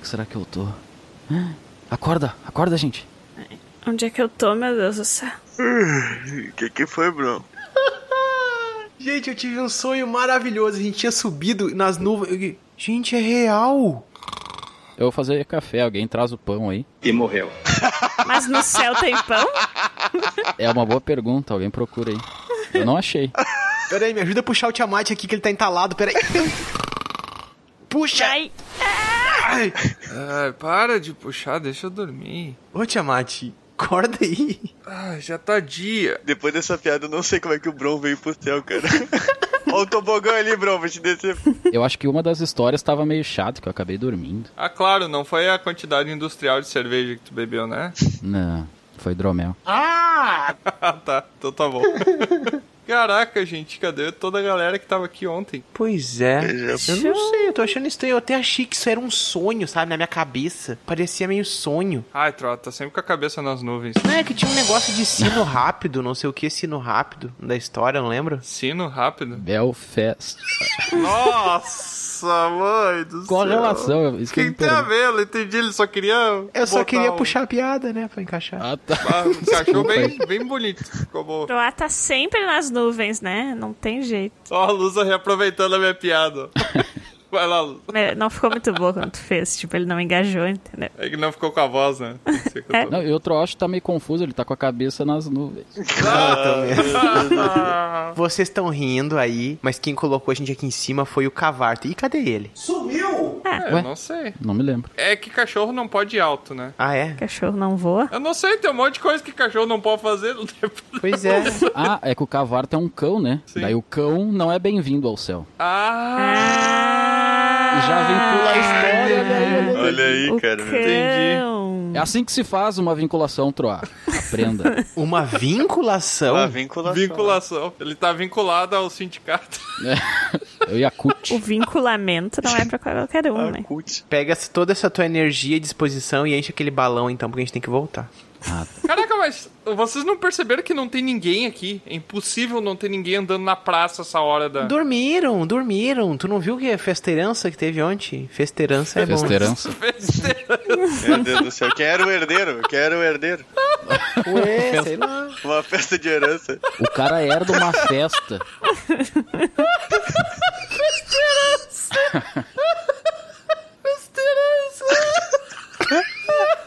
que será que eu tô? Acorda, acorda, gente. Onde é que eu tô, meu Deus do céu? O que, que foi, Bruno? Gente, eu tive um sonho maravilhoso. A gente tinha subido nas nuvens. Gente, é real. Eu vou fazer café, alguém traz o pão aí. E morreu. Mas no céu tem pão? É uma boa pergunta, alguém procura aí. Eu não achei. Pera aí, me ajuda a puxar o Tiamat aqui que ele tá entalado. Pera aí. Puxa! Ai, Ai. Ai, para de puxar, deixa eu dormir. Ô, Tiamat, acorda aí. Ah, já tá dia. Depois dessa piada, eu não sei como é que o Bron veio pro céu, cara. Olha o tobogão ali, Bron, vou te descer. Eu acho que uma das histórias tava meio chato, que eu acabei dormindo. Ah, claro, não foi a quantidade industrial de cerveja que tu bebeu, né? Não, foi hidromel. Ah, tá. Então tá bom. Caraca, gente, cadê toda a galera que tava aqui ontem? Pois é. Eu não sei, eu tô achando estranho. Eu até achei que isso era um sonho, sabe? Na minha cabeça. Parecia meio sonho. Ai, Trota, tá sempre com a cabeça nas nuvens. Não é que tinha um negócio de sino rápido, não sei o que, sino rápido da história, eu não lembro. Sino rápido. Belfast. Nossa, mãe do Qual a relação? Isso que eu Quem me tem a pergunto. ver? Eu não entendi, ele só queria. Eu só botar queria um- puxar a piada, né? Pra encaixar. Ah, tá. Ah, encaixou Desculpa bem, aí. bem bonito. Como. Troá tá sempre nas nuvens, né? Não tem jeito. Ó, a Lusa reaproveitando a minha piada. Vai lá, Lusa. É, Não ficou muito boa quando tu fez. Tipo, ele não engajou, entendeu? É que não ficou com a voz, né? Tem que ser com a voz. Não, e o Trosh tá meio confuso, ele tá com a cabeça nas nuvens. Vocês estão rindo aí, mas quem colocou a gente aqui em cima foi o Cavarto. E cadê ele? É, Ué? não sei. Não me lembro. É que cachorro não pode ir alto, né? Ah, é? Cachorro não voa. Eu não sei, tem um monte de coisa que cachorro não pode fazer. não tem problema. Pois é. Ah, é que o Cavarto é um cão, né? Daí o cão não é bem-vindo ao céu. Ah! Já vincula a história, É. né? Olha aí, O cara. cão. É assim que se faz uma vinculação, Troá. Aprenda. Uma Então, vinculação? Ah, vinculação. Vinculação. Ele tá vinculado ao sindicato. Eu e a Kut. O vinculamento não é pra qualquer Ah, um, né? Cult. Pega essa- toda essa tua energia e disposição e enche aquele balão, então, porque a gente tem que voltar. Caraca, mas vocês não perceberam que não tem ninguém aqui? É impossível não ter ninguém andando na praça essa hora da. Dormiram, dormiram. Tu não viu que é festeirança que teve ontem? Festeirança é bom. Festeirança. Meu Deus do céu. Quem era o herdeiro? Quem era o herdeiro? Ué, sei lá. Uma festa de herança. O cara herda uma festa.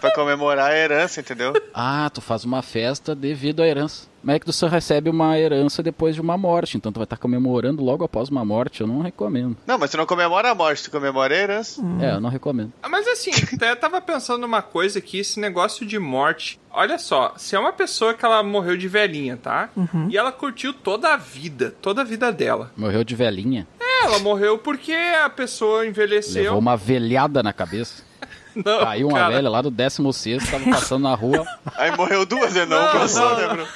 Pra comemorar a herança, entendeu? Ah, tu faz uma festa devido à herança. Mas é que tu só recebe uma herança depois de uma morte. Então tu vai estar comemorando logo após uma morte. Eu não recomendo. Não, mas tu não comemora a morte, tu comemora a herança. É, eu não recomendo. Ah, Mas assim, até tava pensando uma coisa aqui, esse negócio de morte. Olha só, se é uma pessoa que ela morreu de velhinha, tá? E ela curtiu toda a vida, toda a vida dela. Morreu de velhinha. É, ela morreu porque a pessoa envelheceu. Levou uma velhada na cabeça. Não, Caiu uma É cara. velha lá do 16 tava passando na rua. Aí morreu duas, né? Não, Não, passou, não, né, não. Bruno?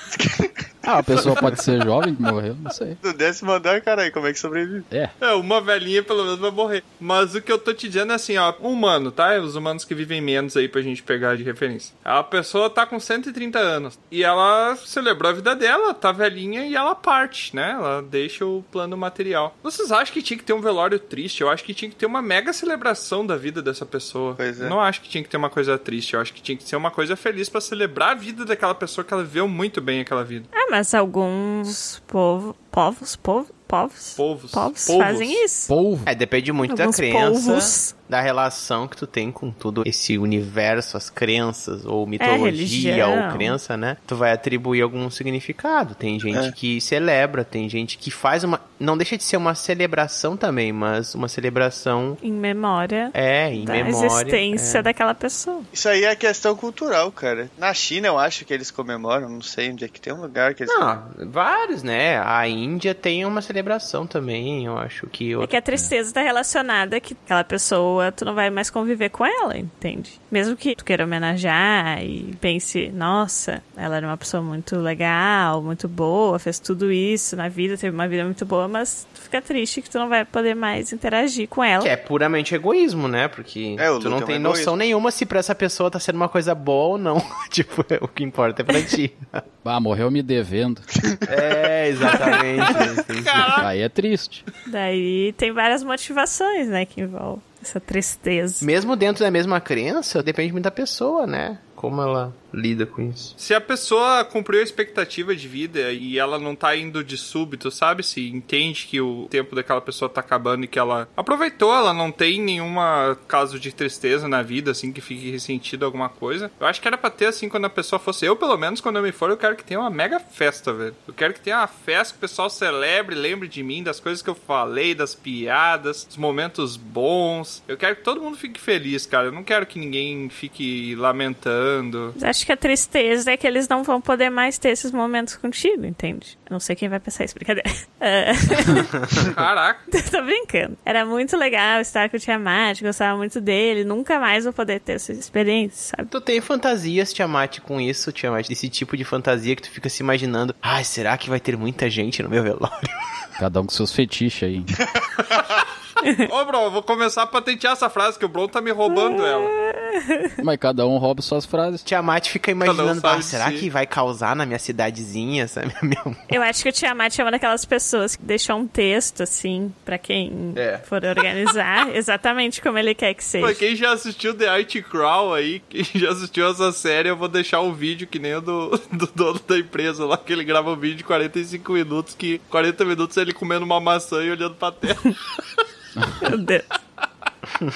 Ah, a pessoa pode ser jovem que morreu, não sei. No décimo andar, caralho, como é que sobrevive? É, É, uma velhinha pelo menos vai morrer. Mas o que eu tô te dizendo é assim, ó, humano, tá? Os humanos que vivem menos aí pra gente pegar de referência. A pessoa tá com 130 anos e ela celebrou a vida dela, tá velhinha e ela parte, né? Ela deixa o plano material. Vocês acham que tinha que ter um velório triste? Eu acho que tinha que ter uma mega celebração da vida dessa pessoa. Pois é. Eu Não acho que tinha que ter uma coisa triste, eu acho que tinha que ser uma coisa feliz pra celebrar a vida daquela pessoa que ela viveu muito bem aquela vida. Ah, mas alguns povo, povos, povo, povos, Povos. povos, Povos. fazem isso. polvo. É, depende muito da Alguns crença, polvos. da relação que tu tem com todo esse universo, as crenças, ou É, mitologia, religião. ou crença, né? Tu vai atribuir algum significado. Tem gente É. que celebra, tem gente que faz uma. Não deixa de ser uma celebração também, mas uma celebração Em memória é em da memória. existência é. daquela pessoa. Isso aí é questão cultural, cara. Na China, eu acho que eles comemoram, não sei onde é que tem um lugar que eles. Não, vários, né? A Índia tem uma celebração também, eu acho que. É que a tristeza tá relacionada que aquela pessoa, tu não vai mais conviver com ela, entende? Mesmo que tu queira homenagear e pense, nossa, ela era uma pessoa muito legal, muito boa, fez tudo isso na vida, teve uma vida muito boa, mas tu fica triste que tu não vai poder mais interagir com ela. Que é puramente egoísmo, né? Porque É, o tu luto não é um tem egoísmo. noção nenhuma se pra essa pessoa tá sendo uma coisa boa ou não. tipo, o que importa é pra ti. Ah, morreu me devendo. é, exatamente. Aí é triste. Daí tem várias motivações, né, que envolvem. Essa tristeza. Mesmo dentro da mesma crença, depende muito da pessoa, né? Como ela lida com isso. Se a pessoa cumpriu a expectativa de vida e ela não tá indo de súbito, sabe? Se entende que o tempo daquela pessoa tá acabando e que ela aproveitou, ela não tem nenhuma caso de tristeza na vida, assim, que fique ressentido alguma coisa. Eu acho que era pra ter, assim, quando a pessoa fosse. Eu, pelo menos, quando eu me for, eu quero que tenha uma mega festa, velho. Eu quero que tenha uma festa que o pessoal celebre, lembre de mim, das coisas que eu falei, das piadas, dos momentos bons. Eu quero que todo mundo fique feliz, cara. Eu não quero que ninguém fique lamentando. Acho que a tristeza é que eles não vão poder mais ter esses momentos contigo, entende? Eu não sei quem vai pensar isso, brincadeira. É. Caraca. Tô brincando. Era muito legal estar com o Tiamat, gostava muito dele. Nunca mais vou poder ter essa experiência, sabe? Tu tem fantasias, Tiamat, com isso, Tiamat, desse tipo de fantasia que tu fica se imaginando. Ai, será que vai ter muita gente no meu velório? Cada um com seus fetiches aí. Ô, Bro, eu vou começar a patentear essa frase que o Bron tá me roubando ela. Mas cada um rouba suas frases. Tiamat fica Cada um imaginando, sabe ah, de será si." que vai causar na minha cidadezinha, sabe? Meu- Eu acho que o Tiamat é uma daquelas pessoas que deixou um texto, assim, pra quem É. for organizar, exatamente como ele quer que seja. Pra quem já assistiu The Art Crawl aí, quem já assistiu essa série, eu vou deixar um vídeo que nem o do, do dono da empresa lá, que ele grava um vídeo de 45 minutos, que 40 minutos é ele comendo uma maçã e olhando pra terra. Meu Deus.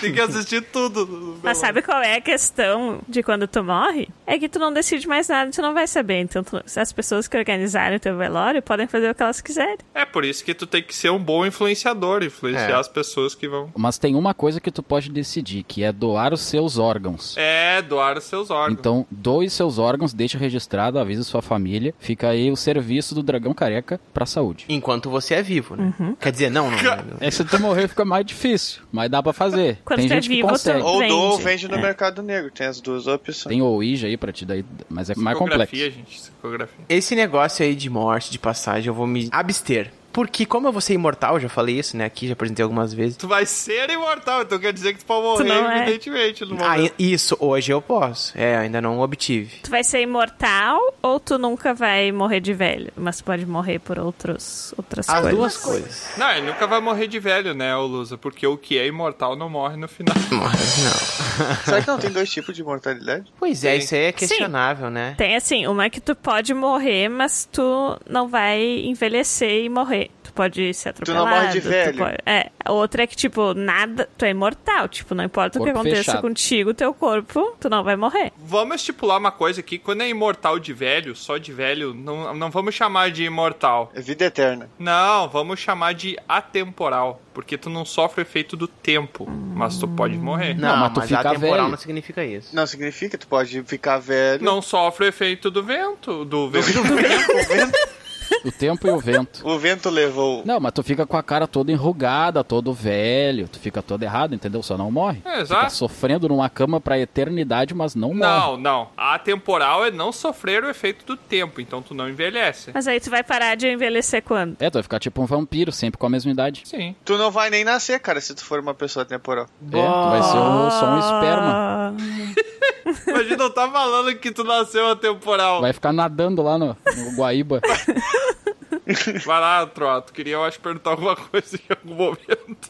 Tem que assistir tudo. Mas sabe qual é a questão de quando tu morre? É que tu não decide mais nada, tu não vai saber. Então, tu- as pessoas que organizaram o teu velório podem fazer o que elas quiserem. É por isso que tu tem que ser um bom influenciador, influenciar É. as pessoas que vão. Mas tem uma coisa que tu pode decidir, que é doar os seus órgãos. É, doar os seus órgãos. Então, doe seus órgãos, deixa registrado, avisa sua família. Fica aí o serviço do Dragão Careca pra saúde. Enquanto você é vivo, né? Uhum. Quer dizer, não, não. não. É que se tu morrer fica mais difícil, mas dá pra fazer. Quando tem tu é gente vivo, que consegue. tu- Ou Vende, doa ou vende no é. mercado negro. Tem as duas opções. Tem o Ouija aí pra ti daí, mas é mais complexo. Psicografia, gente, psicografia. Esse negócio aí de morte, de passagem, eu vou me abster. Porque como eu vou ser imortal, eu já falei isso, né? Aqui, já apresentei algumas vezes. Tu vai ser imortal, então quer dizer que tu pode morrer, não é. evidentemente, no Ah, momento. isso, hoje eu posso. É, ainda não obtive. Tu vai ser imortal ou tu nunca vai morrer de velho? Mas pode morrer por outros, outras As coisas. duas coisas. Não, ele nunca vai morrer de velho, né, ô Lusa? Porque o que é imortal não morre no final. Morre, não. Será que não tem dois tipos de mortalidade? Pois é, Sim. isso aí é questionável, né? Tem assim, uma que tu pode morrer, mas tu não vai envelhecer e morrer. Tu pode ser não atropelado. morre de tu velho. pode- É. A Outra é que, tipo, nada. Tu é imortal. Tipo, não importa o que Corpo aconteça fechado. contigo, teu corpo, tu não vai morrer. Vamos estipular uma coisa aqui. Quando é imortal de velho, só de velho, não, não vamos chamar de imortal. É vida eterna. Não, vamos chamar de atemporal. Porque tu não sofre o efeito do tempo, mas tu pode morrer. Não, mas tu fica atemporal velho. não significa isso. Não significa, tu pode ficar velho. Não sofre o efeito do vento. Do vento. O vento, O tempo e o vento. o vento levou. Não, mas tu fica com a cara toda enrugada, todo velho, tu fica todo errado, entendeu? Só não morre. É, Fica exato. sofrendo numa cama pra eternidade, mas não morre. Não, não. Atemporal é não sofrer o efeito do tempo, então tu não envelhece. Mas aí tu vai parar de envelhecer quando? É, tu vai ficar tipo um vampiro, sempre com a mesma idade. Sim. Tu não vai nem nascer, cara, se tu for uma pessoa temporal. É, tu vai ser um, só um esperma. Ah, Imagina, não tá falando que tu nasceu atemporal. Vai ficar nadando lá no, no Guaíba. Vai lá, Troto. Queria, eu acho, perguntar alguma coisa em algum momento.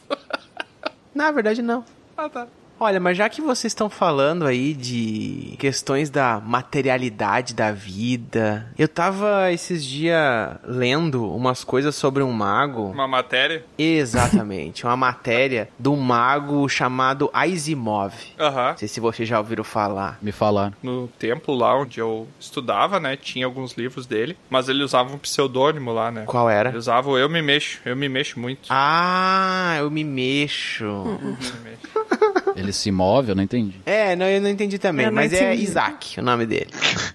Na verdade, não. Ah, tá. Olha, mas já que vocês estão falando aí de questões da materialidade da vida, eu tava esses dias lendo umas coisas sobre um mago. Uma matéria? Exatamente, uma matéria de um mago chamado Asimov. Aham. Não sei se vocês já ouviram falar. Me falaram. no templo lá onde eu estudava, né? Tinha alguns livros dele, mas ele usava um pseudônimo lá, né? Qual é? Ele era? usava o Eu Me Mexo, Eu Me Mexo Muito. Ah, eu me mexo. Eu me mexo. Ele se move, eu não entendi. É, não, eu não entendi também, Eu não mas é entendi. Isaac o nome dele.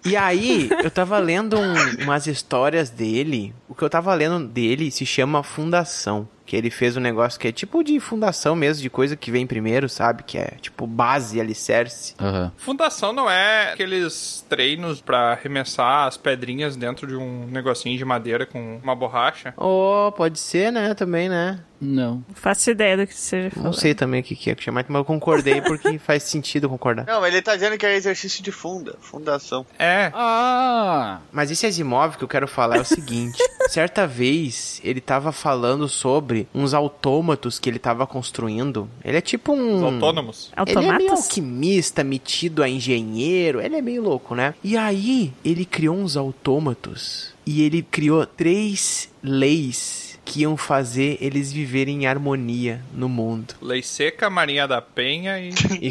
E aí, eu tava lendo um- umas histórias dele. O que eu tava lendo dele se chama Fundação. Que ele fez um negócio que é tipo de fundação mesmo, de coisa que vem primeiro, sabe? Que é tipo base, alicerce. Aham. Fundação não é aqueles treinos pra arremessar as pedrinhas dentro de um negocinho de madeira com uma borracha. Oh, pode ser, né? Também, né? Não. Não faço ideia do que seja Não falando. sei também o que que é que chama, mas eu concordei porque faz sentido concordar. Não, mas ele tá dizendo que é exercício de funda, fundação. É. Ah! Mas esse Asimov que eu quero falar é o seguinte. certa vez, ele tava falando sobre uns autômatos que ele tava construindo. Ele é tipo Os um... autônomos. Ele é meio Automatas? alquimista, metido a engenheiro, ele é meio louco, né? E aí, ele criou uns autômatos e ele criou três leis que iam fazer eles viverem em harmonia no mundo. Lei seca, Marinha da Penha e. E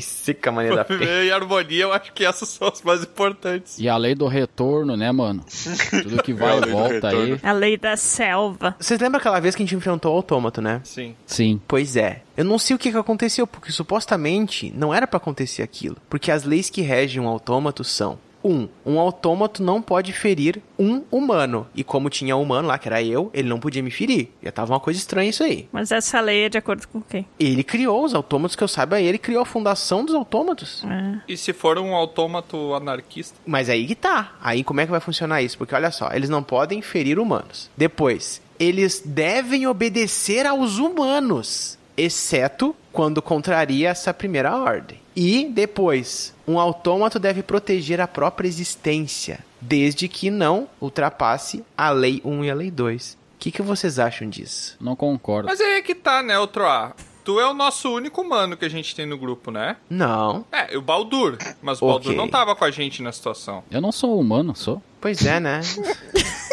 seca mania da pena. e harmonia, eu acho que essas são as mais importantes. E a lei do retorno, né, mano? Tudo que vai É, a e lei do volta aí. retorno. A lei da selva. Vocês lembram aquela vez que a gente enfrentou o autômato, né? Sim. Sim. Pois é. Eu não sei o que, que aconteceu, porque supostamente não era pra acontecer aquilo. Porque as leis que regem um autômato são: 1. Um, um autômato não pode ferir um humano. E como tinha um humano lá, que era eu, ele não podia me ferir. Já tava uma coisa estranha isso aí. Mas essa lei é de acordo com quem? Ele criou os autômatos, que eu saiba, ele criou a fundação dos autômatos. É. Ah, E se for um autômato anarquista? Mas aí que tá. Aí como é que vai funcionar isso? Porque olha só, eles não podem ferir humanos. Depois, eles devem obedecer aos humanos, exceto quando contraria essa primeira ordem. E depois, um autômato deve proteger a própria existência, desde que não ultrapasse a lei 1 e a lei 2. O que, que vocês acham disso? Não concordo. Mas aí é que tá, né, outro A. Tu é o nosso único humano que a gente tem no grupo, né? Não. É, e o Baldur. Mas o Baldur Ok. não tava com a gente na situação. Eu não sou humano, sou? Pois é, né?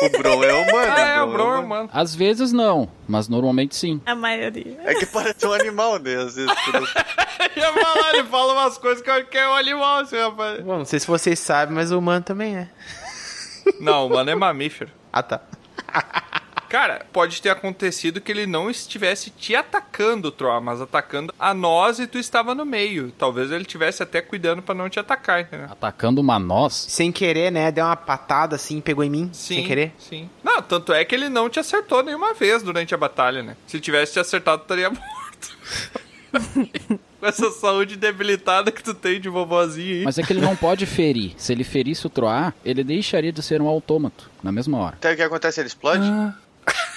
O Bron é humano. Ah, é, o Bron é humano. Às vezes não, mas normalmente sim. a maioria. É que parece um animal, né? Às vezes. quando- Eu ia falar, ele fala umas coisas que eu acho que é um animal, assim, rapaz. Bom, não sei se vocês sabem, mas o humano também é. Não, o humano é mamífero. Ah, tá. Cara, pode ter acontecido que ele não estivesse te atacando, Troa, mas atacando a nós e tu estava no meio. Talvez ele estivesse até cuidando pra não te atacar, entendeu? Atacando uma nós. Sem querer, né? Deu uma patada assim, pegou em mim. Sim. Sem querer. Sim. Não, tanto é que ele não te acertou nenhuma vez durante a batalha, né? Se tivesse te acertado, tu estaria morto. Com essa saúde debilitada que tu tem de vovozinha aí. Mas é que ele não pode ferir. Se ele ferisse o Troar, ele deixaria de ser um autômato na mesma hora. Então o que acontece? Ele explode?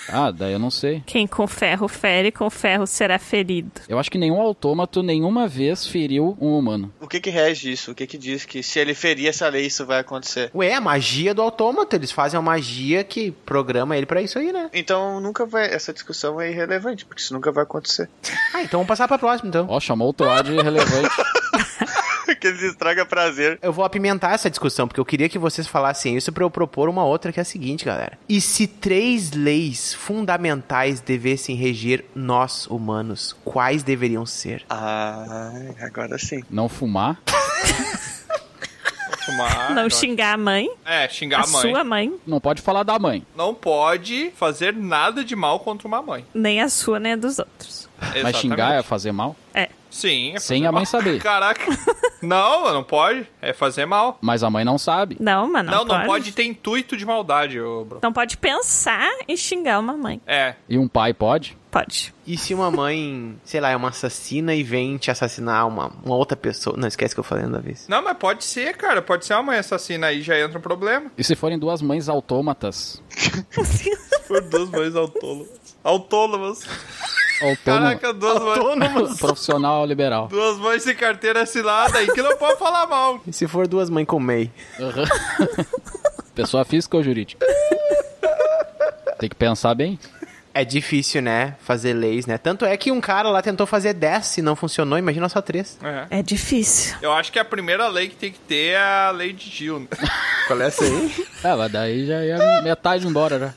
Ah, daí eu não sei. Quem com ferro fere, com ferro será ferido. Eu acho que nenhum autômato nenhuma vez feriu um humano. O que que rege isso? O que que diz que se ele ferir essa lei, isso vai acontecer? Ué, a magia do autômato, eles fazem a magia que programa ele pra isso aí, né? Então nunca vai. Essa discussão é irrelevante, porque isso nunca vai acontecer. Ah, então vamos passar pra próxima, então. Ó, chamou o Troar de irrelevante. que eles estragam prazer. Eu vou apimentar essa discussão, porque eu queria que vocês falassem isso pra eu propor uma outra que é a seguinte, galera. E se três leis fundamentais devessem reger nós humanos, quais deveriam ser? Ah, agora sim. Não fumar. Fumar, Não xingar a mãe, É, Ah, xingar a a mãe. sua mãe, Não pode falar da mãe. Não pode fazer nada de mal contra uma mãe. nem a sua, nem a dos outros. Mas Exatamente. xingar é fazer mal. É. Sim. é Sem fazer a mãe mal. saber. Caraca. Não, não pode. É fazer mal. Mas a mãe não sabe. Não, mano. Não, não, pode. ter intuito de maldade, ô, bro. Não pode pensar em xingar uma mãe. É. E um pai pode? Pode. E se uma mãe, sei lá, é uma assassina e vem te assassinar uma, uma outra pessoa? Não, esquece que eu falei da vez. Não, mas pode ser, cara. Pode ser uma mãe assassina aí, já entra um problema. E se forem duas mães autômatas? Por duas mães autônomas. Autônomas. Autônoma. Caraca, duas mães. Profissional liberal. Duas mães sem carteira assinada aí que não pode falar mal. E se for duas mães com MEI? Aham. Pessoa física ou jurídica? Tem que pensar bem. É difícil, né? Fazer leis, né? Tanto é que um cara lá tentou fazer 10 e não funcionou, imagina só 3. É. É difícil. Eu acho que a primeira lei que tem que ter é a lei de Gil. né? Qual é essa aí? Ah, mas daí já ia metade embora já.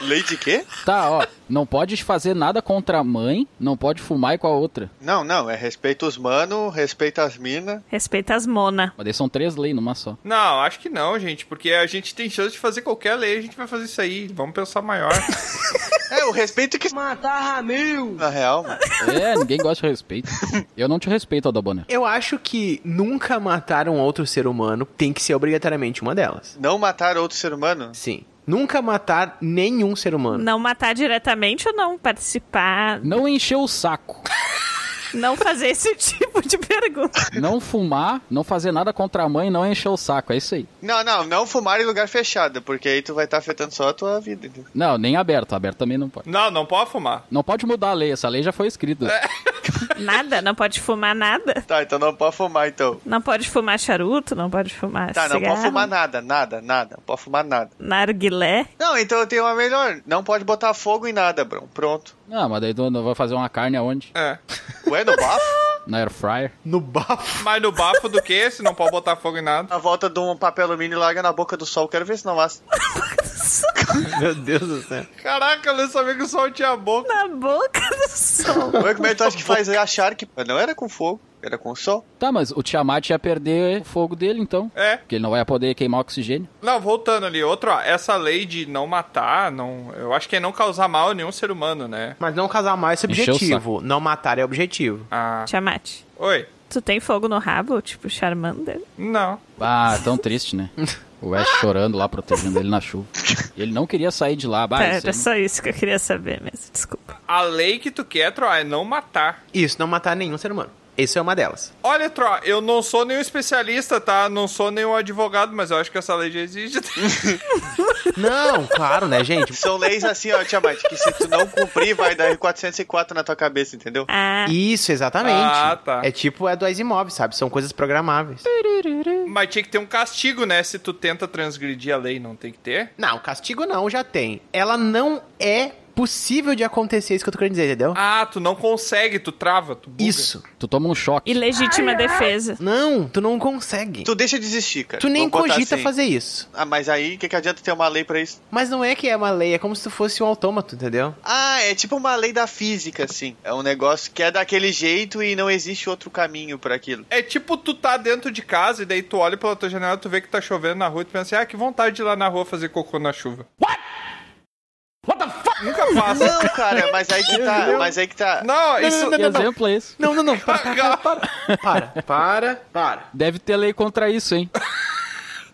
Lei de quê? Tá, ó. Não pode fazer nada contra a mãe, não pode fumar e com a outra. Não, não, é respeito os mano, respeito as mina. Respeita as mona. Mas daí são três leis numa só. Não, acho que não, gente, porque a gente tem chance de fazer qualquer lei, a gente vai fazer isso aí. Vamos pensar maior. É, o respeito que. Matar mil! Na real, mano. É, ninguém gosta de respeito. Eu não te respeito, Adabona. Eu acho que nunca matar um outro ser humano tem que ser obrigatoriamente uma delas. Não matar outro ser humano? Sim. Nunca matar nenhum ser humano. Não matar diretamente ou não participar. Não encheu o saco. Não fazer esse tipo de pergunta. Não fumar, não fazer nada contra a mãe, não encher o saco. É isso aí. Não, não, não fumar em lugar fechado, porque aí tu vai estar afetando só a tua vida. entendeu? Não, nem aberto. Aberto também não pode. Não, não pode fumar. Não pode mudar a lei, essa lei já foi escrita. É. Nada, não pode fumar nada. Tá, então não pode fumar, então. Não pode fumar charuto, não pode fumar Tá, não cigarro, pode fumar nada, nada, nada. Não pode fumar nada. narguilé. Não, então eu tenho uma melhor. Não pode botar fogo em nada, Brão. Pronto. Não, mas daí tu não vai fazer uma carne aonde? É. Ué, no bafo? Na air fryer? No bafo. Mais no bafo do que esse, não pode botar fogo em nada. Na volta de um papel alumínio e larga na boca do sol. Quero ver se não assa. Meu Deus do céu. Caraca, eu não sabia que o sol tinha boca. Na boca do sol. Ué, como é que tu acha que faz achar que. Não era com fogo, era com o sol. Tá, mas o Tiamat ia perder o fogo dele, então. É. Porque ele não vai poder queimar oxigênio. Não, voltando ali, outra, ó, essa lei de não matar, não, eu acho que é não causar mal a nenhum ser humano, né? Mas não casar mais é Encheu o objetivo. Não matar é objetivo. Ah. Tiamat, Oi. tu tem fogo no rabo, tipo Charmander? Não. Ah, tão triste, né? O Ash chorando lá, protegendo ele na chuva. E ele não queria sair de lá. Bah, Tá, isso aí era só isso que eu queria saber mesmo, desculpa. A lei que tu quer, Troá, é não matar. Isso, não matar nenhum ser humano. Isso é uma delas. Olha, Troá, eu não sou nenhum especialista, tá? Não sou nenhum advogado, mas eu acho que essa lei já existe. Não, claro, né, gente? São leis assim, ó, Tiamat, que se tu não cumprir, vai dar 404 na tua cabeça, entendeu? Ah, Isso, exatamente. Ah, tá. É tipo é do imóveis, sabe? São coisas programáveis. mas tinha que ter um castigo, né? Se tu tenta transgredir a lei, não tem que ter? Não, castigo não, já tem. Ela não é possível de acontecer isso que eu tô querendo dizer, entendeu? Ah, tu não consegue, tu trava, tu buga. Isso. Tu toma um choque. ilegítima defesa. Não, tu não consegue. Tu, Tu deixa de existir, cara. nem Vamos botar cogita assim. fazer isso. Ah, mas aí, o que, que adianta ter uma lei pra isso? Mas não é que é uma lei, é como se tu fosse um autômato, entendeu? Ah, é tipo uma lei da física, assim. É um negócio que é daquele jeito e não existe outro caminho pra aquilo. É tipo tu tá dentro de casa e daí tu olha pela tua janela, tu vê que tá chovendo na rua e tu pensa assim, ah, que vontade de ir lá na rua fazer cocô na chuva. What? What the fuck? Nunca faço. Ah, Não, cara, mas aí que tá. Mas aí que tá. Não, isso... Que exemplo é esse? Não, não, não. Para, para, para. Para, para, para. Deve ter lei contra isso, hein?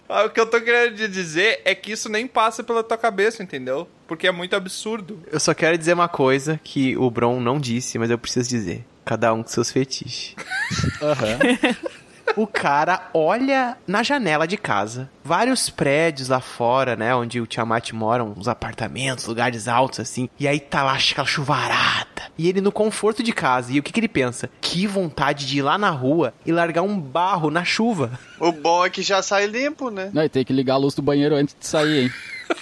Ah, O que eu tô querendo te dizer é que isso nem passa pela tua cabeça, entendeu? Porque é muito absurdo. Eu só quero dizer uma coisa que o Bron não disse, mas eu preciso dizer. Cada um com seus fetiches. Aham. O cara olha na janela de casa, vários prédios lá fora, né, onde o Tiamat mora, uns apartamentos, lugares altos assim, e aí tá lá aquela chuvarada. E ele no conforto de casa, e o que que ele pensa? Que vontade de ir lá na rua e largar um barro na chuva. O bom é que já sai limpo, né? Não, e tem que ligar a luz do banheiro antes de sair, hein?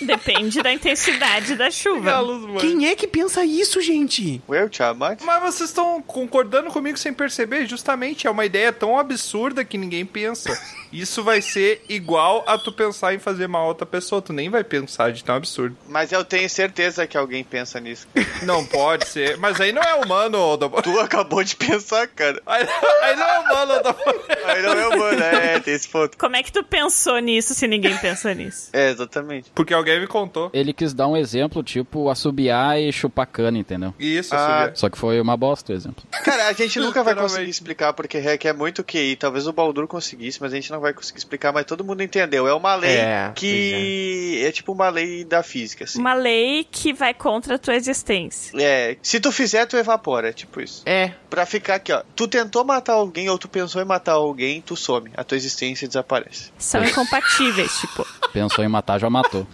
Depende da intensidade da chuva. Galos, mano. Quem é que pensa isso, gente? Eu, Tiamat? Mas vocês estão concordando comigo sem perceber? Justamente, é uma ideia tão absurda que ninguém pensa. Isso vai ser igual a tu pensar em fazer mal a outra pessoa. Tu nem vai pensar de tão absurdo. Mas eu tenho certeza que alguém pensa nisso. Não pode ser. Mas aí não é humano, Odobo. Tu acabou de pensar, cara. Aí, aí não é humano, Odobo. Aí não é humano, é, tem esse ponto. Como é que tu pensou nisso se ninguém pensa nisso? É, exatamente. Porque alguém me contou. Ele quis dar um exemplo, tipo, assobiar e chupar cana, entendeu? Isso, Ah, ah, Só que foi uma bosta o exemplo. Cara, a gente nunca vai Literalmente. conseguir explicar porque requer muito QI. Talvez o Baldur conseguisse, mas a gente não vai conseguir explicar. Mas todo mundo entendeu. É uma lei É, que é. tipo uma lei da física, assim. Uma lei que vai contra a tua existência. É, se tu fizer, tu evapora, é tipo isso. É, Pra ficar aqui, ó. Tu tentou matar alguém ou tu pensou em matar alguém, tu some. A tua existência desaparece. São incompatíveis, tipo. Pensou em matar, já matou.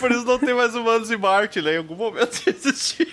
por isso não tem mais humanos em Marte, né? Em algum momento existiu.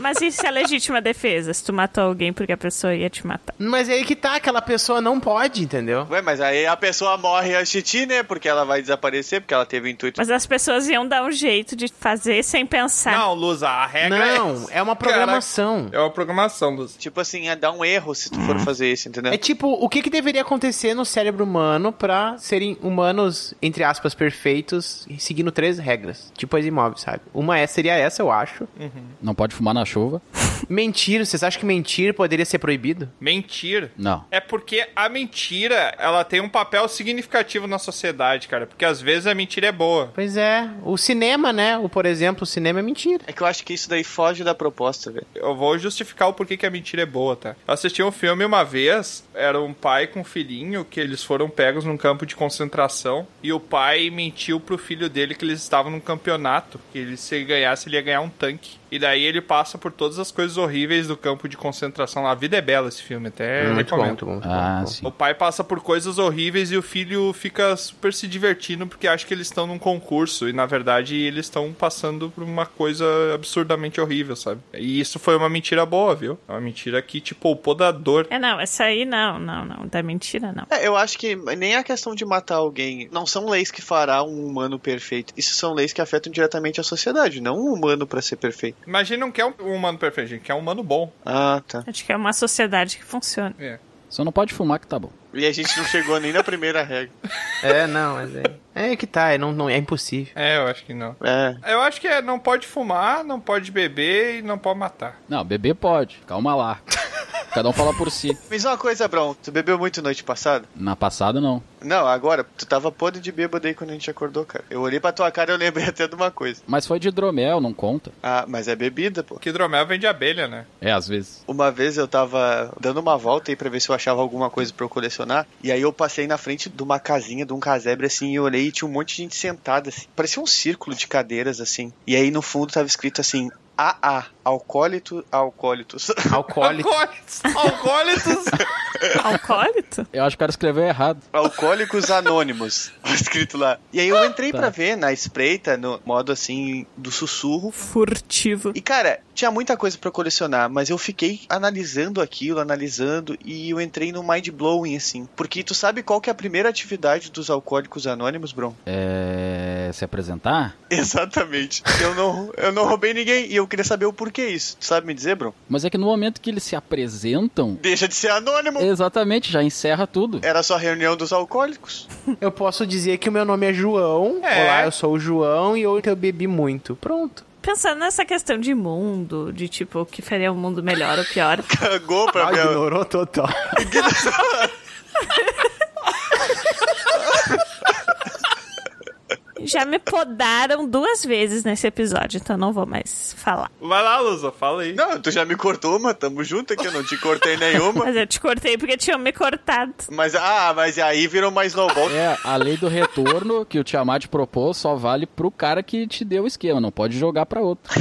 Mas isso é legítima defesa, se tu matou alguém porque a pessoa ia te matar. mas é aí que tá, aquela pessoa não pode, entendeu? Ué, mas aí a pessoa morre antes de ti, né? Porque ela vai desaparecer, porque ela teve o intuito. Mas as pessoas iam dar um jeito de fazer sem pensar. Ah, Não, Luza, a regra Não, é uma programação. É uma programação, Luz. Tipo assim, é dar um erro se tu for fazer isso, né? entendeu? É tipo, o que, que deveria acontecer no cérebro humano pra serem humanos, entre aspas, perfeitos, seguindo três regras. Tipo as imóveis, sabe? Uma é, seria essa, eu acho. Hum. Não pode fumar na chuva? Mentir, vocês acham que mentir poderia ser proibido? Mentir. Não. É porque a mentira, ela tem um papel significativo na sociedade, cara. Porque às vezes a mentira é boa. Pois é. O cinema, né? O, por exemplo, o cinema é mentira. É que eu acho que isso daí foge da proposta, velho. Eu vou justificar o porquê que a mentira é boa, tá? Eu assisti um filme uma vez, era um pai com um filhinho que eles foram pegos num campo de concentração e o pai mentiu pro filho dele que eles estavam num campeonato, que ele, se ele ganhasse ele ia ganhar um tanque. E E daí ele passa por todas as coisas horríveis do campo de concentração lá. A vida é bela esse filme, até muito bom, recomendo. muito bom. muito bom, Ah, muito bom. sim. O pai passa por coisas horríveis e o filho fica super se divertindo porque acha que eles estão num concurso e na verdade eles estão passando por uma coisa absurdamente horrível, sabe? E isso foi uma mentira boa, viu? É uma mentira que te poupou da dor. É, não, essa aí não, não, não. Da mentira, não. É, eu acho que nem a questão de matar alguém. Não são leis que fará um humano perfeito. Isso são leis que afetam diretamente a sociedade, não um humano pra ser perfeito. Mas a gente não quer um um humano perfeito, a gente quer um humano bom. Ah, tá. Acho que é uma sociedade que funciona. É. Só não pode fumar que tá bom. E a gente não chegou nem na primeira regra. É, não, mas é. É que tá, é, não, não, é impossível. É, eu acho que não. É. Eu acho que é, não pode fumar, não pode beber e não pode matar. Não, beber pode. Calma lá. Cada um fala por si. Me diz uma coisa, Brown. Tu bebeu muito noite passada? Na passada, não. Não, agora. Tu tava podre de bêbado aí quando a gente acordou, cara. Eu olhei pra tua cara e eu lembrei até de uma coisa. Mas foi de hidromel, não conta. Ah, mas é bebida, pô. Porque hidromel vem de abelha, né? É, às vezes. Uma vez eu tava dando uma volta aí pra ver se eu achava alguma coisa pra eu colecionar. E aí eu passei na frente de uma casinha, de um casebre, assim, e olhei e tinha um monte de gente sentada, assim. Parecia um círculo de cadeiras, assim. E aí no fundo tava escrito assim. AA, alcoólito, alcoólitos. Alcoólico. Alcoólitos! Alcoólitos! Alcoólito? Eu acho que o cara escreveu errado. Alcoólicos Anônimos. Tá escrito lá. E aí eu entrei Tá. pra ver na espreita, no modo assim, do sussurro. Furtivo. E cara, tinha muita coisa pra colecionar, mas eu fiquei analisando aquilo, analisando, e eu entrei no mind blowing, assim. Porque tu sabe qual que é a primeira atividade dos alcoólicos anônimos, Bron? É. Se apresentar? Exatamente. Eu não, eu não roubei ninguém e eu queria saber o porquê isso. Tu sabe me dizer, Bron? Mas é que no momento que eles se apresentam, Deixa de ser anônimo! exatamente, já encerra tudo. Era só a reunião dos alcoólicos. Eu posso dizer que o meu nome é João. É. Olá, eu sou o João e hoje eu bebi muito. Pronto. Pensando nessa questão de mundo, de tipo, o que faria o mundo melhor ou pior. Cagou pra mim. Ah, ignorou total. Já me podaram duas vezes nesse episódio, então não vou mais falar. Vai lá, Lusa, fala aí. Não, tu já me cortou uma, tamo junto aqui, eu não te cortei nenhuma. Mas eu te cortei porque tinham me cortado. Mas, ah, mas aí virou mais snowball. É, a lei do retorno que o Tiamat propôs só vale pro cara que te deu o esquema, não pode jogar pra outro.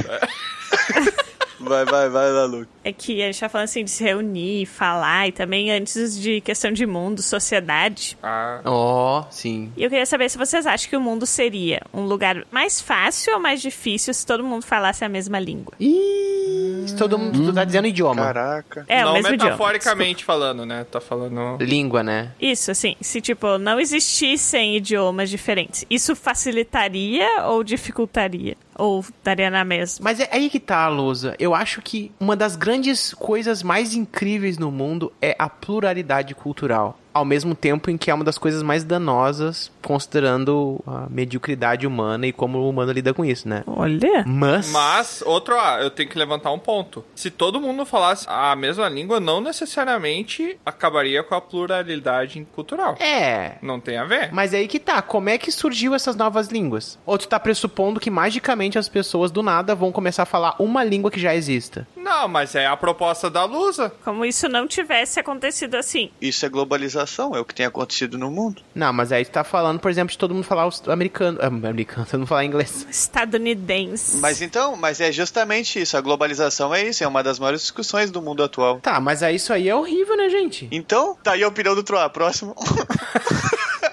Vai, vai, vai, Lalu. É que a gente tá falando assim de se reunir, falar, e também antes de questão de mundo, sociedade. Ah, Ó, sim. E eu queria saber se vocês acham que o mundo seria um lugar mais fácil ou mais difícil se todo mundo falasse a mesma língua. Ih, todo mundo tu tá dizendo idioma. Caraca. É, o não mesmo idioma. metaforicamente falando, né? Tá falando. Língua, né? Isso, assim, se tipo, não existissem idiomas diferentes, isso facilitaria ou dificultaria? Ou daria na mesma? Mas é aí que tá, Lousa. Eu acho que uma das grandes coisas mais incríveis no mundo é a pluralidade cultural. Ao mesmo tempo em que é uma das coisas mais danosas, considerando a mediocridade humana e como o humano lida com isso, né? Olha, Mas. Mas, outro, ah, eu tenho que levantar um ponto. Se todo mundo falasse a mesma língua, não necessariamente acabaria com a pluralidade cultural. É. Não tem a ver. Mas é aí que tá, como é que surgiu essas novas línguas? Ou tu tá pressupondo que magicamente as pessoas do nada vão começar a falar uma língua que já exista? Não, mas é a proposta da Lusa. como isso não tivesse acontecido assim. Isso é globalização, é o que tem acontecido no mundo. Não, mas aí tu tá falando, por exemplo, de todo mundo falar os- americano. ah, Americano, todo mundo falar inglês. Estadunidense. Mas então, mas é justamente isso, a globalização é isso, é uma das maiores discussões do mundo atual. Tá, mas aí isso aí é horrível, né, gente? Então, tá aí a opinião do Troá, próximo.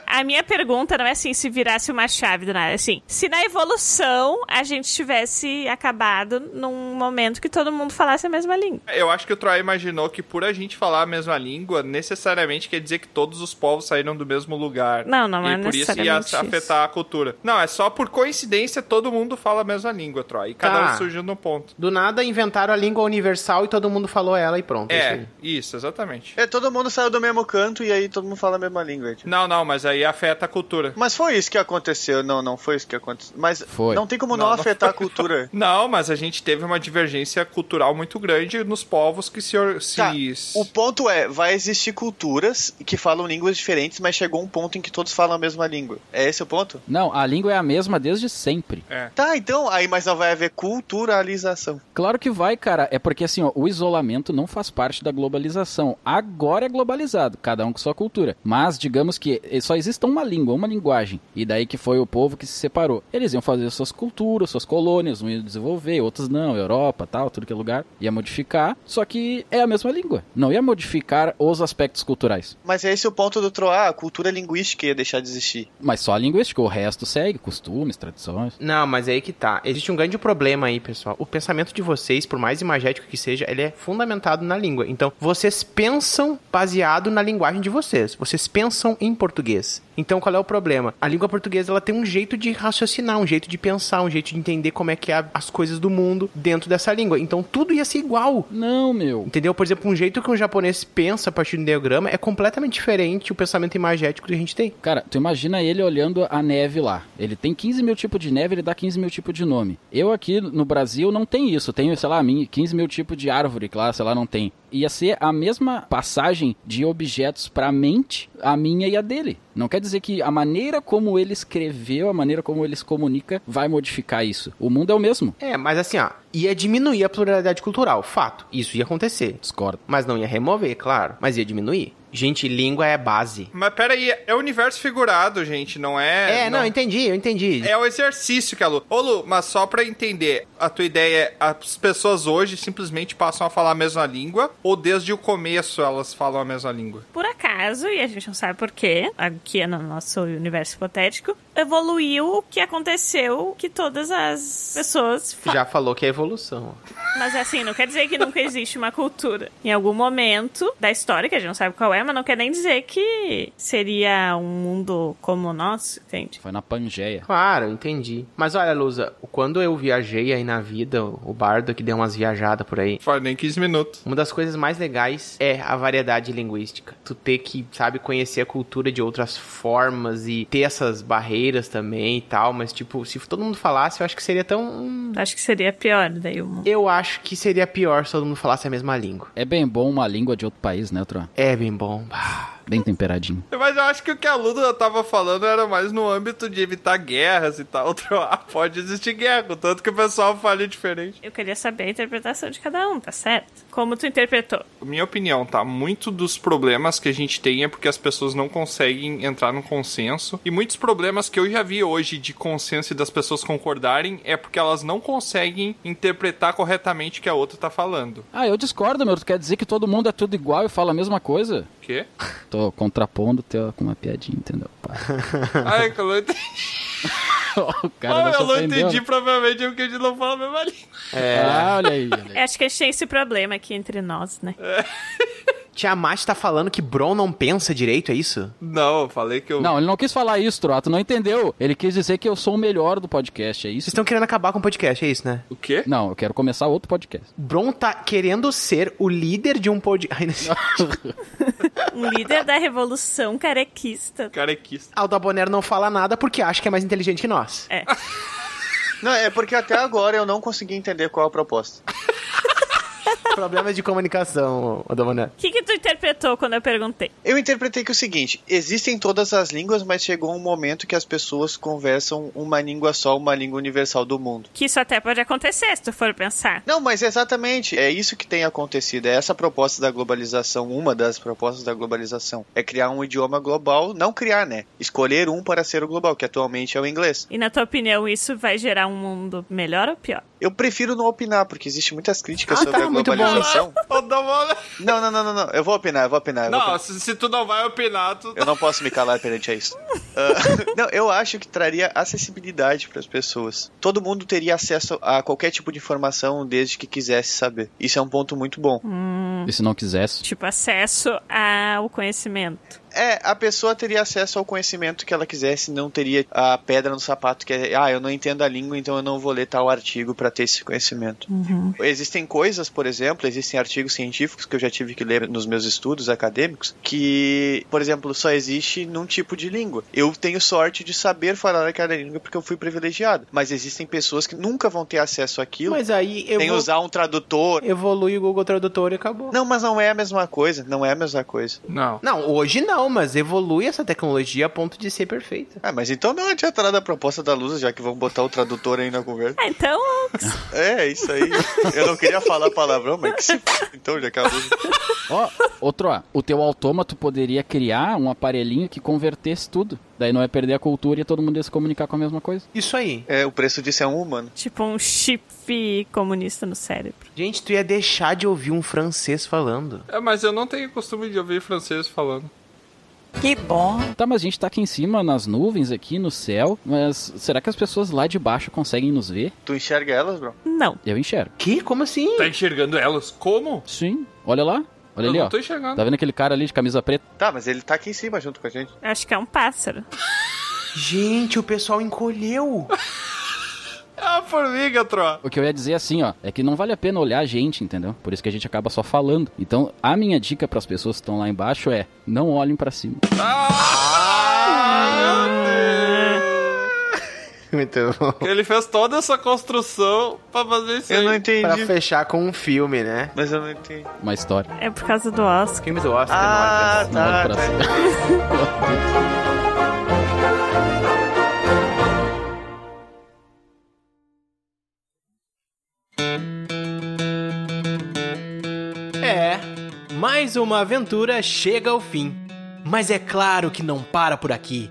A minha pergunta não é assim se virasse uma chave do nada, é assim, se na evolução a gente tivesse acabado num momento que todo mundo falasse a mesma língua. Eu acho que o Troy imaginou que por a gente falar a mesma língua, necessariamente quer dizer que todos os povos saíram do mesmo lugar. Não, não e é por isso ia necessariamente isso. afetar a cultura. Não, é só por coincidência todo mundo fala a mesma língua, Troy. E cada Tá. um surgiu no ponto. Do nada inventaram a língua universal e todo mundo falou ela e pronto. isso É, aí. isso, exatamente. É, todo mundo saiu do mesmo canto e aí todo mundo fala a mesma língua. tipo. Não, não, mas aí afeta a cultura. Mas foi isso que aconteceu, não, não foi isso que aconteceu. Mas Foi. não tem como não, Não, não afetar a cultura. Não, mas a gente teve uma divergência cultural muito grande nos povos que se. or- se- Tá, O ponto é, vai existir culturas que falam línguas diferentes, mas chegou um ponto em que todos falam a mesma língua. É esse o ponto? Não, a língua é a mesma desde sempre. É. Tá, então, aí mas não vai haver culturalização. Claro que vai, cara. É porque assim, ó, o isolamento não faz parte da globalização. Agora é globalizado, cada um com sua cultura. Mas digamos que eh, só existe restam uma língua, uma linguagem. E daí que foi o povo que se separou. Eles iam fazer suas culturas, suas colônias, um ia desenvolver, outros não, Europa, tal, tudo que é lugar. Ia modificar, só que é a mesma língua. Não ia modificar os aspectos culturais. Mas é esse o ponto do Troar, a cultura linguística ia deixar de existir. Mas só a linguística, o resto segue, costumes, tradições. Não, mas é aí que tá. Existe um grande problema aí, pessoal. O pensamento de vocês, por mais imagético que seja, ele é fundamentado na língua. Então, vocês pensam baseado na linguagem de vocês. Vocês pensam em português. Então, qual é o problema? A língua portuguesa, ela tem um jeito de raciocinar, um jeito de pensar, um jeito de entender como é que é as coisas do mundo dentro dessa língua. Então, tudo ia ser igual. Não, meu. Entendeu? Por exemplo, um jeito que um japonês pensa a partir do diagrama é completamente diferente o pensamento imagético que a gente tem. Cara, tu imagina ele olhando a neve lá. Ele tem 15 mil tipos de neve, ele dá 15 mil tipos de nome. Eu aqui no Brasil não tem isso. Tenho, sei lá, mim- 15 mil tipos de árvore, que lá, sei lá, não tem. Ia ser a mesma passagem de objetos pra mente, a minha e a dele. Não quer dizer que a maneira como ele escreveu, a maneira como ele se comunica, vai modificar isso. O mundo é o mesmo. É, mas assim, ó, ia diminuir a pluralidade cultural, fato. Isso ia acontecer. Discordo. Mas não ia remover, claro, mas ia diminuir. Gente, língua é base. Mas peraí, é o universo figurado, gente, não é. É, não, entendi, eu entendi. É o exercício que a Lu. Ô, Lu, mas só pra entender, a tua ideia é as pessoas hoje simplesmente passam a falar a mesma língua ou desde o começo elas falam a mesma língua? Por acaso, e a gente não sabe porquê, aqui no nosso universo hipotético, evoluiu o que aconteceu que todas as pessoas falam. Já falou que é evolução. ó. Mas assim, não quer dizer que nunca existe uma cultura. Em algum momento da história, que a gente não sabe qual é, mas não quer nem dizer que seria um mundo como o nosso, entende? Foi na Pangeia. Claro, entendi. Mas olha, Lusa, quando eu viajei aí na vida, o Bardo que deu umas viajadas por aí, Faz nem 15 minutos. Uma das coisas mais legais é a variedade linguística. Tu ter que, sabe, conhecer a cultura de outras formas e ter essas barreiras também e tal, mas tipo, se todo mundo falasse, eu acho que seria tão. hum, Acho que seria pior daí o mundo. Eu acho que seria pior se todo mundo falasse a mesma língua. É bem bom uma língua de outro país, né, Tron? É bem bom. Bah. Bem temperadinho. Mas eu acho que o que a Luna tava falando era mais no âmbito de evitar guerras e tal. Ah, Pode existir guerra, contanto que o pessoal fale diferente. Eu queria saber a interpretação de cada um, tá certo? Como tu interpretou? Minha opinião, tá? Muito dos problemas que a gente tem é porque as pessoas não conseguem entrar num consenso. E muitos problemas que eu já vi hoje de consenso e das pessoas concordarem é porque elas não conseguem interpretar corretamente o que a outra tá falando. Ah, eu discordo, meu. Tu quer dizer que todo mundo é tudo igual e fala a mesma coisa? O quê? Tô contrapondo teu com uma piadinha, entendeu? Pá. Ai, que eu não entendi. o cara já Ah, se eu não ofendeu, entendi, né? provavelmente, é porque a gente não fala a mesma língua. Ah, olha aí. olha aí. Eu acho que a gente tem esse problema aqui entre nós, né? Tiamat tá falando que Bron não pensa direito, é isso? Não, eu falei que eu. Não, ele não quis falar isso, Troato. Não entendeu. Ele quis dizer que eu sou o melhor do podcast, é Vocês isso? estão querendo acabar com o podcast, é isso, né? O quê? Não, eu quero começar outro podcast. Bron tá querendo ser o líder de um podcast. Um líder da revolução carequista. Carequista. Alda Bonero não fala nada porque acha que é mais inteligente que nós. É. Não, é porque até agora eu não consegui entender qual é a proposta. Problemas de comunicação, Alda Bonero. O que, que tu interpretou quando eu perguntei? Eu interpretei que é o seguinte: existem todas as línguas, mas chegou um momento que as pessoas conversam uma língua só, uma língua universal do mundo. Que isso até pode acontecer, se tu for pensar. Não, mas exatamente, é isso que tem acontecido. É essa a proposta da globalização, uma das propostas da globalização. É criar um idioma global, não criar, né? Escolher um para ser o global, que atualmente é o inglês. E na tua opinião, isso vai gerar um mundo melhor ou pior? Eu prefiro não opinar, porque existe muitas críticas Ah, sobre tá, a muito bom. globalização. Ô, dá uma- Não, não, não, não, não. Eu vou opinar, eu vou opinar. É, Eu vou Não, se, se tu não vai opinar, tu. Eu não posso me calar perante a isso. Ah, não, eu acho que traria acessibilidade para as pessoas. Todo mundo teria acesso a qualquer tipo de informação desde que quisesse saber. Isso é um ponto muito bom. E se não quisesse? Tipo, acesso ao conhecimento. É, a pessoa teria acesso ao conhecimento que ela quisesse, não teria a pedra no sapato que é, ah, eu não entendo a língua, então eu não vou ler tal artigo para ter esse conhecimento. Uhum. Existem coisas, por exemplo, existem artigos científicos que eu já tive que ler nos meus estudos acadêmicos, que, por exemplo, só existe num tipo de língua. Eu tenho sorte de saber falar aquela língua porque eu fui privilegiado, mas existem pessoas que nunca vão ter acesso àquilo, Mas aí eu tem vou- usar um tradutor. evolui o Google Tradutor e acabou. Não. Não, mas não é a mesma coisa, não é a mesma coisa. Não. hoje não, mas evolui essa tecnologia a ponto de ser perfeita. Ah, mas então não adianta nada a proposta da Lusa, já que vão botar o tradutor aí na conversa. Ah, então, É, isso aí. Eu não queria falar palavrão, mas que se... f- Então, já que a Lusa... Ó, outro, ó. O teu autômato poderia criar um aparelhinho que convertesse tudo. Daí não ia perder a cultura e todo mundo ia se comunicar com a mesma coisa. Isso aí. É, o preço disso é um humano. Tipo um chip comunista no cérebro. Gente, tu ia deixar de ouvir um francês falando. É, mas eu não tenho costume de ouvir francês falando. Que bom. Tá, mas a gente tá aqui em cima, nas nuvens, aqui no céu. Mas será que as pessoas lá de baixo conseguem nos ver? Tu enxerga elas, bro? Não. Eu enxergo. Que? Como assim? Tá enxergando elas? Como? Sim. Olha lá. Olha eu ali, não ó. tô enxergando. Tá vendo aquele cara ali de camisa preta? Tá, mas ele tá aqui em cima junto com a gente. Acho que é um pássaro. Gente, o pessoal encolheu. É a formiga, Tro. O que eu ia dizer assim, ó, é que não vale a pena olhar a gente, entendeu? Por isso que a gente acaba só falando. Então, a minha dica pras pessoas que estão lá embaixo é: não olhem pra cima. Ah! Ah! Muito bom. Ele fez toda essa construção pra fazer isso Eu aí. não Pra entendi. fechar com um filme, né? Mas eu não entendi. Uma história. É por causa do Oscar. Filme do Oscar. Ah, Não olhe tá. pra tá. cima. É, mais uma aventura chega ao fim. Mas é claro que não para por aqui.